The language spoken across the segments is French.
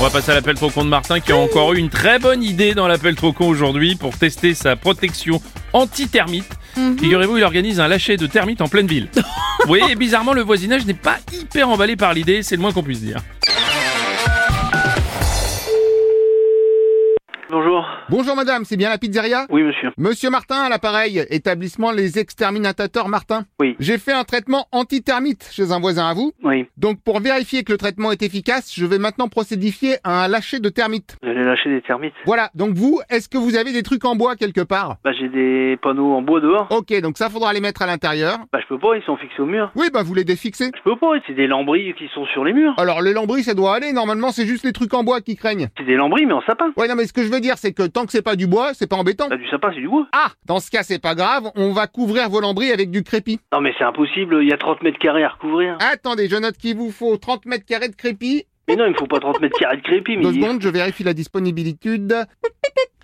On va passer à l'appel trop con de Martin qui a encore eu une très bonne idée dans l'appel trop con aujourd'hui pour tester sa protection anti-termite. Figurez-vous, il organise un lâcher de termites en pleine ville. oui, et bizarrement, le voisinage n'est pas hyper emballé par l'idée, c'est le moins qu'on puisse dire. Bonjour. Bonjour madame, c'est bien la pizzeria Oui, monsieur. Monsieur Martin à l'appareil, établissement Les Exterminateurs Martin. Oui. J'ai fait un traitement antitermite chez un voisin à vous. Oui. Donc pour vérifier que le traitement est efficace, je vais maintenant procédifier à un lâcher de termites. Vous allez lâcher des termites Voilà, donc vous, est-ce que vous avez des trucs en bois quelque part Bah, j'ai des panneaux en bois dehors. Ok, donc ça faudra les mettre à l'intérieur. Bah, je peux pas, ils sont fixés au mur. Oui, bah vous les défixez. Je peux pas, c'est des lambris qui sont sur les murs. Alors le lambris, ça doit aller, normalement c'est juste les trucs en bois qui craignent. C'est des lambris, mais en sapin. Ouais, non mais ce que je veux dire, c'est que tant que c'est pas du bois, c'est pas embêtant. Bah, du sapin, c'est du bois. Ah Dans ce cas, c'est pas grave, on va couvrir vos lambris avec du crépi. Non, mais c'est impossible, il y a 30 mètres carrés à recouvrir. Attendez, je note qu'il vous faut 30 mètres carrés de crépi. Mais non, il me faut pas 30 mètres carrés de crépi, mais. Deux secondes, je vérifie la disponibilité.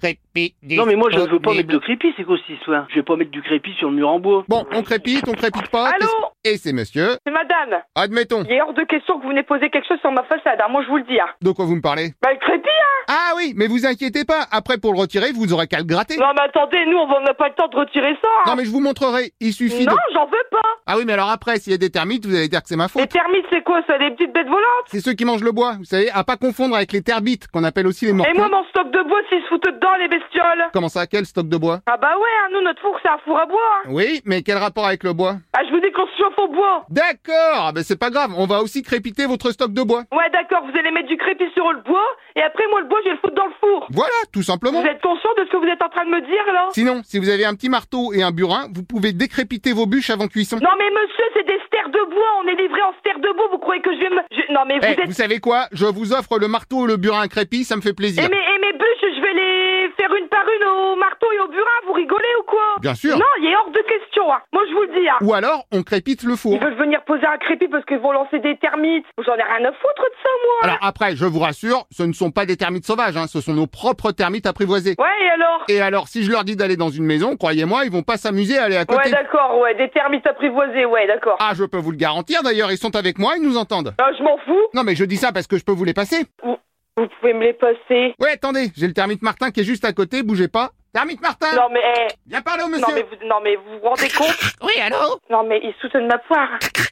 Crépi. Non, mais moi, je ne veux pas mettre de disponible. crépi, c'est quoi cette histoire Je vais pas mettre du crépi sur le mur en bois. Bon, on crépite, on crépite pas. Allô qu'est-ce- Et c'est monsieur. C'est madame. Admettons. Il est hors de question que vous venez poser quelque chose sur ma façade, hein, moi je vous le dis. Hein. De quoi vous me parlez Bah, le crépi, hein Ah oui, mais vous inquiétez pas, après pour le retirer, vous aurez qu'à le gratter. Non, mais attendez, nous, on n'a pas le temps de retirer ça. hein. Non, mais je vous montrerai, il suffit Non, de... j'en veux pas. Ah oui, mais alors après, s'il y a des termites, vous allez dire que c'est ma faute. Les termites, c'est quoi ça Des petites bêtes volantes C'est ceux qui mangent le bois, vous savez, à pas confondre avec les termites, qu'on appelle aussi les Et morpions. moi, mon stock de bois, s'ils se foutent dedans, les bestioles Comment ça, quel stock de bois Ah bah ouais, hein, nous, notre four, c'est un four à bois. hein. Oui, mais quel rapport avec le bois Ah, je vous dis qu'on se chauffe au bois. D'accord, ben c'est pas grave, on va aussi crépiter votre stock de bois. Ouais, d'accord, vous allez mettre du crépi sur le bois, et après, moi, le bois, je vais le foutre dans le four. Voilà, tout simplement. Vous êtes conscient de ce que vous êtes en train de me dire, là Sinon, si vous avez un petit marteau et un burin, vous pouvez décrépiter vos bûches avant cuisson. Non, mais monsieur, c'est des stères de bois, on est livré en stères de bois, vous croyez que je vais me... je- Non, mais vous Eh, êtes vous savez quoi Je vous offre le marteau et le burin à crépi, ça me fait plaisir. Et mes, et mes bûches, je vais les faire une par une au marteau et au burin, vous rigolez ou quoi Bien sûr. Non, il est hors de question, hein. moi je vous le dis. Hein. Ou alors, on crépite le four. Ils veulent venir poser un crépi parce qu'ils vont lancer des termites. J'en ai rien à foutre de ça, moi. Alors après, je vous rassure, ce ne sont pas des termites sauvages, hein, ce sont nos propres termites apprivoisés. Ouais, et alors Et alors, si je leur dis d'aller dans une maison, croyez-moi, ils vont pas s'amuser à aller à Ouais, côté. d'accord, ouais, des termites apprivoisés, ouais, d'accord. ah, je peux vous le garantir, d'ailleurs, ils sont avec moi, ils nous entendent. Ah, je m'en fous. Non, mais je dis ça parce que je peux vous les passer. Vous, vous pouvez me les passer. Ouais, attendez, j'ai le termite Martin qui est juste à côté, bougez pas. Termite Martin Non, mais, eh, Viens parler au non, Ah. monsieur mais vous, non, mais vous vous rendez compte Oui, allô Non, mais ils se foutent de ma poire.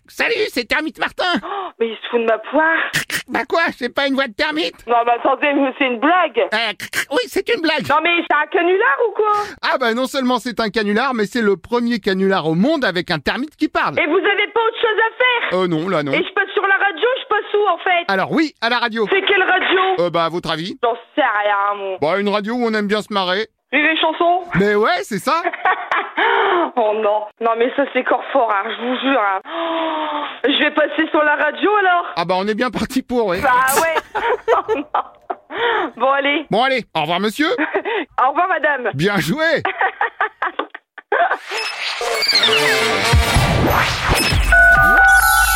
Salut, c'est Termite Martin Oh, mais ils se foutent de ma poire. Bah quoi, c'est pas une voix de termite Non, mais attendez, mais c'est une blague. Euh, Oui, c'est une blague Non, mais c'est un canular ou quoi Ah bah non seulement c'est un canular, mais c'est le premier canular au monde avec un termite qui parle Et vous avez pas autre chose à faire Euh non, là non. Et je passe sur la radio, je passe où en fait Alors oui, à la radio C'est quelle radio Euh bah à votre avis J'en sais rien, mon. Bah une radio où on aime bien se marrer. Et les chansons Mais ouais, c'est ça Oh non, non mais ça c'est corps fort, hein, je vous jure. hein. Oh, je vais passer sur la radio alors Ah bah on est bien parti pour, ouais. Bah ouais Oh non. Bon allez, Bon allez, au revoir monsieur au revoir madame Bien joué